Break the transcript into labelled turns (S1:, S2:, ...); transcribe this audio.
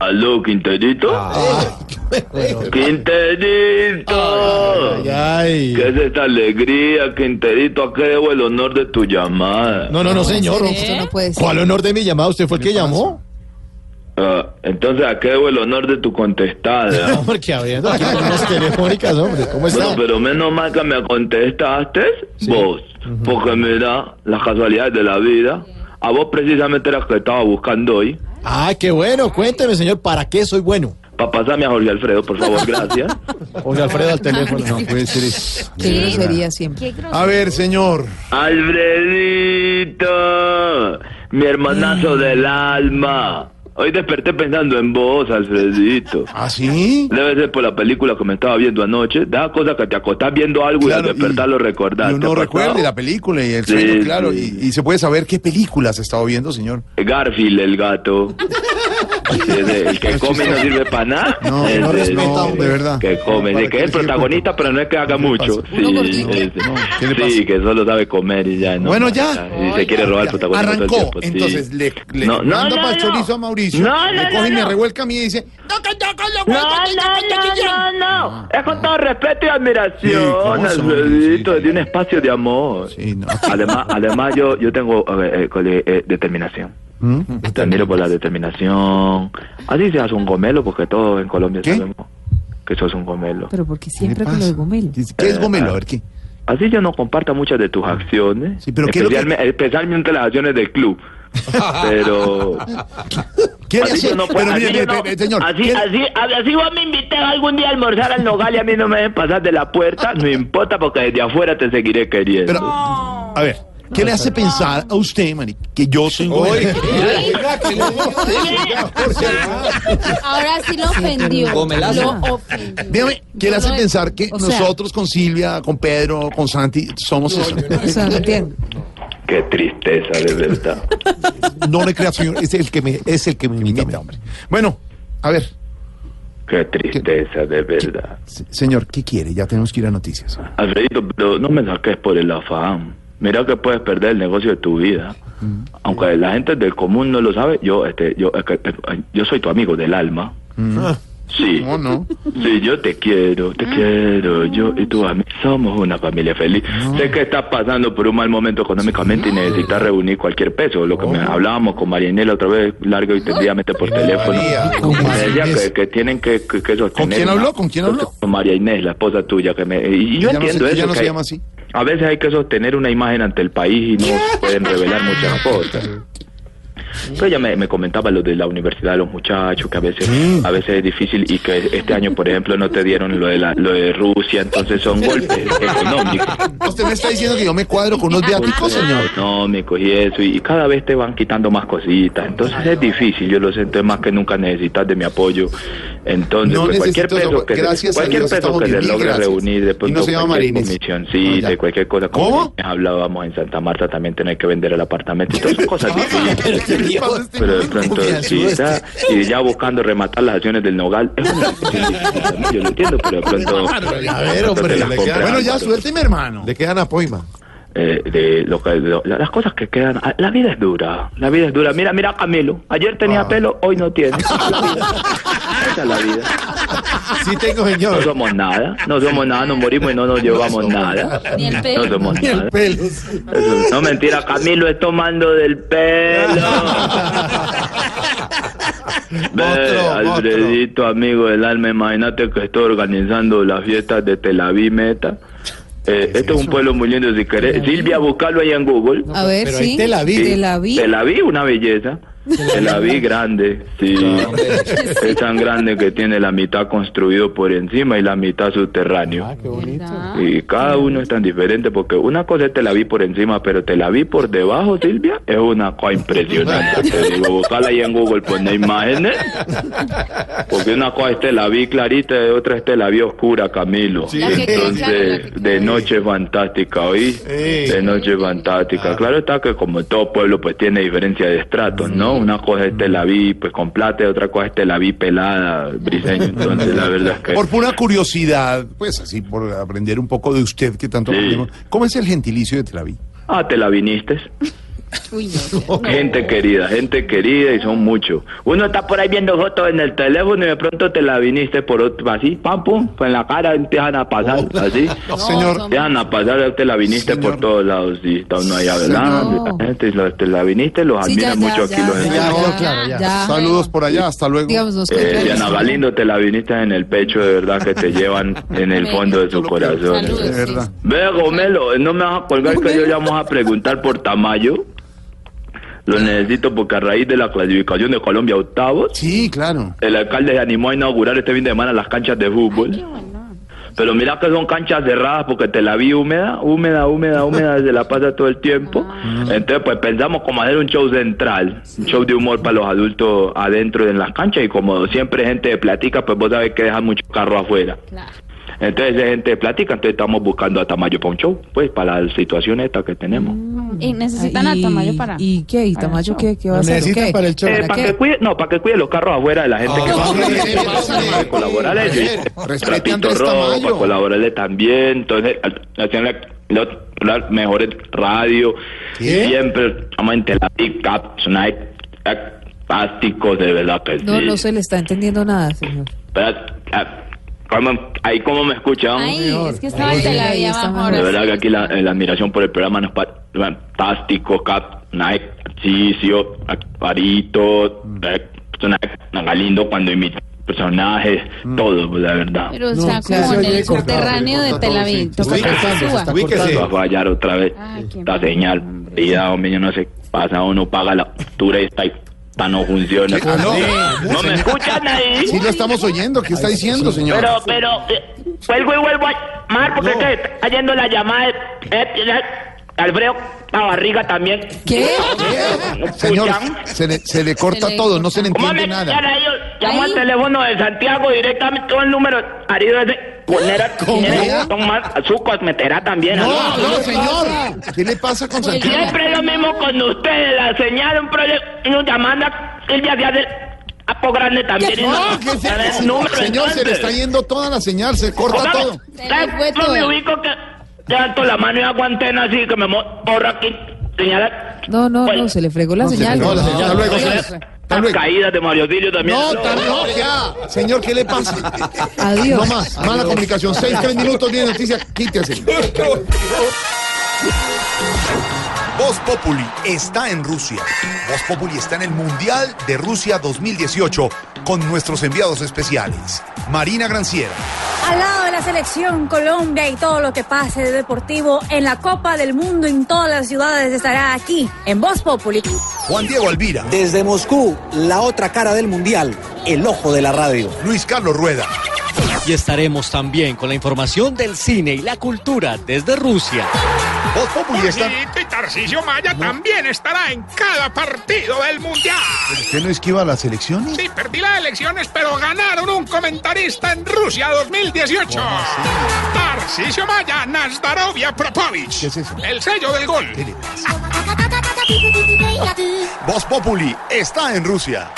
S1: ¿Aló, Quinterito?
S2: Ah.
S1: ¡Quinterito!
S2: Ay, ay.
S1: ¿Qué es esta alegría, Quinterito? ¿A qué debo el honor de tu llamada?
S2: No, no, no, señor.
S3: Esto no puede ser.
S2: ¿Cuál honor de mi llamada? ¿Usted fue el que llamó?
S1: Ah, entonces, ¿a qué debo el honor de tu contestada?
S2: No, porque habiendo aquí unas telefónicas, hombre. ¿Cómo
S1: Bueno,
S2: está?
S4: pues-
S1: pero menos mal que me contestaste vos. Porque mira, las casualidades de la vida. A vos precisamente era que estaba buscando hoy.
S2: Ah, qué bueno. Cuénteme, señor, ¿para qué soy bueno?
S1: Para pasarme a Jorge Alfredo, por favor, gracias.
S2: Jorge Alfredo al teléfono.
S4: No puede ser eso.
S3: Qué grosería siempre.
S4: A ver, señor.
S1: Alfredito, mi
S4: Mm.
S1: hermanazo del alma. Hoy desperté pensando en vos, Alfredito.
S4: ¿Ah, sí?
S1: Debe ser por la película que me estaba viendo anoche. Da cosa que te acostás viendo algo y
S4: Claro,
S1: al despertar lo recordás.
S4: Y
S1: ¿Te
S4: uno
S1: ha pasado?
S4: recuerde la película y el
S1: Sí,
S4: sueño, claro.
S1: sí.
S4: Y, y se puede saber qué películas ha estado viendo, señor.
S1: Garfield, el gato. Ese, el que come y no sirve para nada.
S4: No,
S1: Ese,
S4: no respeta,
S1: ese,
S4: hombre. de verdad.
S1: Que come, ese
S4: Para
S1: que es el
S4: que le sirva.
S1: protagonista, pero no es que haga mucho.
S3: Uno
S1: Sí,
S3: gordito.
S1: ese.
S4: ¿qué le
S1: sí,
S4: pasa?
S1: que solo sabe comer y ya. ¿no?
S4: Bueno, ya.
S1: Y se quiere robar el protagonista todo el
S4: Arrancó.
S1: tiempo. sí.
S4: Entonces le, le
S1: No, no,
S4: manda
S1: no,
S4: pa'l
S1: no.
S4: chorizo a Mauricio.
S1: No,
S4: le
S1: no,
S4: coge y
S1: no,
S4: me
S1: no.
S4: revuelca a mí y dice:
S1: No, no, no, no. Es con todo respeto y
S4: Ah. Sí, ¿cómo
S1: admiración,
S4: son?
S1: Alfredito,
S4: Sí, sí.
S1: de un espacio de amor.
S4: Sí, no.
S1: Además, además yo, yo tengo a ver, eh, cole- eh, determinación.
S4: ¿Mm?
S1: Te admiro por la determinación. Así seas un gomelo, porque todos en Colombia
S4: ¿Qué?
S1: sabemos que sos un gomelo.
S3: Pero porque
S4: ¿Qué le
S3: siempre con
S4: pasa?
S3: los gomelos.
S4: ¿Qué
S1: Eh,
S4: es gomelo? A ver, ¿qué?
S1: ah. Así yo no comparto muchas de tus acciones.
S4: Ah. Sí, pero ¿qué es lo que-
S1: especialme- especialmente las acciones del club. Pero
S4: ¿Quiere
S1: así
S4: hacer?
S1: yo no puedo-
S4: Pero
S1: así
S4: mire,
S1: yo
S4: mire,
S1: no-
S4: mire, señor.
S1: así,
S4: ¿quiere-
S1: así, así vos me invité algún día a almorzar al nogal y a mí no me deben pasar de la puerta, no importa porque desde afuera te seguiré queriendo.
S4: Pero, a ver, ¿qué le hace pensar a usted, Mari, que yo soy gomelo?
S5: Ahora sí lo ofendió. Lo ofendió.
S4: Dígame, ¿qué le
S5: Yo
S4: hace
S5: lo-
S4: pensar que
S5: o sea,
S4: nosotros con Silvia, con Pedro, con Santi, somos eso?
S3: O sea, no entiendo.
S1: Qué tristeza, de verdad.
S4: No le crea, señor, es el que me, es el que me imita, hombre. Bueno, a ver,
S1: Qué tristeza, de verdad.
S4: se- señor, ¿qué quiere? Ya tenemos que ir a noticias.
S1: Alfredito, pero no me saques por el afán. Mira que puedes perder el negocio de tu vida.
S4: Mm.
S1: Aunque la gente del común no lo sabe, yo este, yo, es que, eh, yo soy tu amigo del alma. Sí.
S4: Ah. No, no.
S1: Sí, yo te quiero, te quiero, yo y tú a mí somos una familia feliz. Sé que estás pasando por un mal momento económicamente y necesitas reunir cualquier peso, lo que me hablábamos con Marianela otra vez, largo y tendidamente por teléfono.
S4: María, con
S1: Me decía
S4: María Inés.
S1: que, que tienen que, que- que sostener
S4: ¿Con quién
S1: una-
S4: habló? ¿Con quién habló?
S1: Con María Inés, la esposa tuya. que me Y yo
S4: Ella no se-
S1: entiendo
S4: ella
S1: eso.
S4: no
S1: que
S4: se
S1: hay-
S4: llama así.
S1: A veces hay que sostener una imagen ante el país y no pueden revelar muchas cosas. Pero ella me, me comentaba lo de la universidad de los muchachos, que a veces a veces es difícil y que este año, por ejemplo, no te dieron lo de, la, lo de Rusia, entonces son golpes económicos.
S4: ¿Usted me está diciendo que yo me cuadro con unos viáticos,
S1: Golpes
S4: señor?
S1: económicos y eso, y, y cada vez te van quitando más cositas, entonces es difícil, yo lo siento, es más que nunca necesitas de mi apoyo. Entonces,
S4: No
S1: pues, cualquier
S4: necesito eso,
S1: peso que, se-
S4: gracias a
S1: cualquier
S4: Dios
S1: peso
S4: estamos
S1: que
S4: bien,
S1: se
S4: mil
S1: logre
S4: gracias.
S1: reunir,
S4: Y
S1: de pronto
S4: no se llama
S1: cualquier
S4: Marines.
S1: comisioncita
S4: Ah, ya.
S1: y cualquier cosa, como
S4: ¿Cómo?
S1: hablábamos en Santa Marta, también tener que vender el apartamento, y todas esas
S4: Ah,
S1: cosas difíciles. Pero
S4: este
S1: de pronto, sí, ya- y ya buscando rematar las acciones del Nogal, es una también, yo lo entiendo, pero de pronto.
S4: A ver, hombre.
S1: Las
S4: le
S1: compras,
S4: queda- Bueno, ya,
S1: entonces,
S4: suélteme, hermano.
S2: Le quedan a Poima.
S1: eh, de lo que, lo- la- las cosas que quedan. ah, La vida es dura, la vida es dura. Mira, mira a Camilo. Ayer tenía pelo, hoy no tiene. La vida. Esa es la vida.
S2: Sí tengo,
S1: No
S2: señor.
S1: somos nada, no somos nada, nos morimos y no nos llevamos nada.
S5: Ni el
S1: No
S5: pelo.
S1: somos nada.
S2: Pelos.
S1: Eso- No mentira, Camilo es tomando del pelo. Ve,
S2: Otro,
S1: Alfredito, amigo del alma, imagínate que estoy organizando las fiestas de Tel Aviv Meta. Eh, este es un pueblo muy lindo, si querés. Silvia, buscalo ahí en Google.
S3: A ver,
S2: Pero ahí
S3: sí.
S2: te la vi.
S3: Te la vi.
S1: Te la vi una belleza. Te la vi grande, sí. Es tan grande que tiene la mitad construido por encima y la mitad
S3: Ah,
S1: subterráneo.
S2: Qué bonito.
S5: ¿verdad?
S1: Y cada uno es tan diferente porque una cosa es te la vi por encima, pero te la vi por debajo, Silvia, es una cosa impresionante. Te digo, buscala ahí en Google, poner imágenes. Porque una cosa es te la vi clarita y otra es te la vi oscura, Camilo.
S5: La que quede clara, la que
S1: Entonces,
S5: quede
S1: de noche fantástica, ¿oí? De noche
S5: Ah.
S1: fantástica. Claro está que como en todo pueblo, pues tiene diferencia de estratos, ¿no?
S5: Mm.
S1: Una cosa es te la vi, pues con plata, y otra cosa es te la vi pelada, briseño. Entonces, la verdad es que...
S4: Por pura curiosidad, pues así, por aprender un poco de usted que tanto
S1: Sí.
S4: aprendemos. ¿Cómo es el gentilicio de Tel Aviv?
S1: Ah, te la viniste.
S5: Uy, no.
S1: Gente querida, gente querida y son muchos. Uno está por ahí viendo fotos en el teléfono y de pronto te la viniste por otro, así, pam, pum, pues en la cara empiezan a pasar, así.
S4: Señor,
S5: son-
S1: Dejan a pasar, te la viniste
S4: Señor.
S1: por todos lados y está uno allá, ¿verdad?
S3: Señor.
S1: La gente lo- te la viniste, los
S3: Sí,
S1: admira
S3: ya, ya,
S1: mucho aquí
S3: ya,
S1: los
S3: ya,
S1: eh,
S4: ya,
S3: ya,
S2: claro, ya.
S3: ya.
S4: saludos por allá, hasta luego.
S3: Digamos, nos
S1: eh,
S3: cuenta el
S1: Diana
S3: chisme.
S1: Galindo, te la viniste en el pecho, de verdad que te llevan en el fondo de su corazón.
S5: Saludos,
S4: de
S5: sí.
S4: verdad.
S1: Ve, Gomelo, no me vas a colgar que yo le vamos a preguntar por Tamayo. Lo necesito porque a raíz de la clasificación de Colombia a octavos,
S4: Sí, claro.
S1: el alcalde se animó a inaugurar este fin de semana las canchas de fútbol. Pero mira que son canchas cerradas porque te la vi húmeda, húmeda, húmeda, húmeda, se la pasa todo el tiempo. Entonces, pues pensamos como hacer un show central, un show de humor para los adultos adentro en las canchas y como siempre gente de platica, pues vos sabés que dejan mucho carro afuera.
S5: Claro.
S1: Entonces la gente platica, entonces estamos buscando a Tamayo para un show, pues para la situación esta que tenemos.
S5: Y necesitan
S3: ¿Y-
S5: a Tamayo para.
S3: ¿Y qué? ¿Y Tamayo qué? ¿Qué va a
S2: Lo
S3: hacer?
S2: necesitan
S3: ¿Qué?
S2: para el show.
S1: Eh,
S3: ¿Para
S1: para
S3: qué?
S1: que cuide, no, para que cuide los carros afuera de la gente que va
S4: hombre,
S1: a colaborar a ellos.
S4: respete a
S1: Trapito
S4: Andrés
S1: rojo,
S4: Tamayo.
S1: para colaborarle también, entonces hacían la, la- la mejor radio,
S2: ¿Qué?
S1: siempre estamos en Tel Aviv, Cap, Snake, Ac- plásticos, de verdad que
S3: No,
S1: sí.
S3: no se le está entendiendo nada, señor.
S1: Pero, ah, ¿cómo- ahí como me escuchan.
S5: Ay, es que estaba
S3: Ahí,
S5: en la
S3: ahí
S5: vía
S3: está
S5: abajo.
S3: mejor.
S5: ahora
S1: De
S5: sí.
S1: verdad que aquí la, eh, la admiración por el programa no es pa- fantástico. Cap, Nike, Cicio, Parito,
S4: Mm.
S1: eh, Galindo cuando imita personajes,
S4: Mm.
S1: todo, pues, la verdad.
S5: Pero
S2: No,
S5: está
S2: sí,
S5: como
S2: se
S5: en
S2: oye
S5: el
S2: cortado,
S5: subterráneo
S4: se
S5: de
S4: corta
S5: Tel
S4: todo,
S5: Aviv.
S4: sí.
S5: Toca
S2: Está
S5: que se
S2: cortando, se
S5: suba.
S2: está
S4: Ubíquese.
S1: Va
S2: cortando.
S1: a fallar otra vez.
S5: Ay, Ah, qué
S1: La
S5: mal,
S1: señal, vida, hombre, yo no sé qué pasa. Uno paga la factura y está, está no funciona.
S4: Ah, no.
S1: No me escuchan ahí.
S4: Sí lo estamos oyendo, ¿qué está diciendo, señor?
S1: Pero, pero, eh, vuelvo y vuelvo a llamar porque
S2: No.
S1: es que está yendo la llamada. eh, eh, Alfredo, la barriga también.
S3: ¿Qué?
S1: ¿No
S4: Señor,
S1: escuchan?
S4: se le, se le corta
S5: Se le
S4: todo,
S5: corta.
S4: no se le
S1: ¿Cómo me
S4: entiende
S1: escuchan
S4: nada.
S1: a ellos? Llamo
S5: Ahí.
S1: al teléfono de Santiago directamente todo el número. Arido ese. Poner a
S4: ¿Cómo?
S1: tiene- tomar azúcar, meterá también.
S4: No,
S1: ¿no?
S4: no, señor. ¿Qué le pasa con
S5: Pues
S4: Santiago?
S1: Siempre lo mismo con ustedes. La señal, un problema. Nos llaman el día de hacer apo grande también. y
S4: No, ¿qué se-
S1: dan el número,
S4: señor, se le
S1: entonces.
S4: está yendo toda la señal, se corta
S1: Póngame-
S4: todo.
S5: Se le
S1: ¿Sabes
S5: fue
S1: cómo me
S5: todo.
S1: ubico que levanto la mano y hago antena así que me mo- borro aquí. Señala.
S3: No, no,
S1: Pues,
S3: no, se le fregó la
S4: No, se
S3: señal.
S4: fregó la
S2: señal.
S1: Hasta
S4: Hasta luego,
S1: luego.
S4: señor. Hasta luego.
S1: caídas de Mario Dilio también.
S4: No, tan- no, ya. Señor, ¿qué le pasa?
S3: Adiós.
S4: No más, mala comunicación. Seis, tres minutos, tiene noticia, quítese.
S6: Voz Populi está en Rusia. Voz Populi está en el Mundial de Rusia 2018 con nuestros enviados especiales. Marina Granciera,
S7: Al lado de la selección Colombia y todo lo que pase de deportivo en la Copa del Mundo en todas las ciudades estará aquí en Voz Populi.
S6: Juan Diego Alvira,
S8: Desde Moscú, la otra cara del mundial, el ojo de la radio.
S6: Luis Carlos Rueda,
S9: Y estaremos también con la información del cine y la cultura desde Rusia.
S6: Voz Populi está.
S10: Y Tarcisio Maya también estará en cada partido del Mundial.
S4: ¿Usted no esquiva las elecciones?
S10: Sí, perdí las elecciones, pero ganaron un comentarista en Rusia 2018. Tarcisio Maya, Nazdarovia Propovich.
S4: ¿Qué es eso?
S10: El sello del gol.
S6: Voz Populi está en Rusia.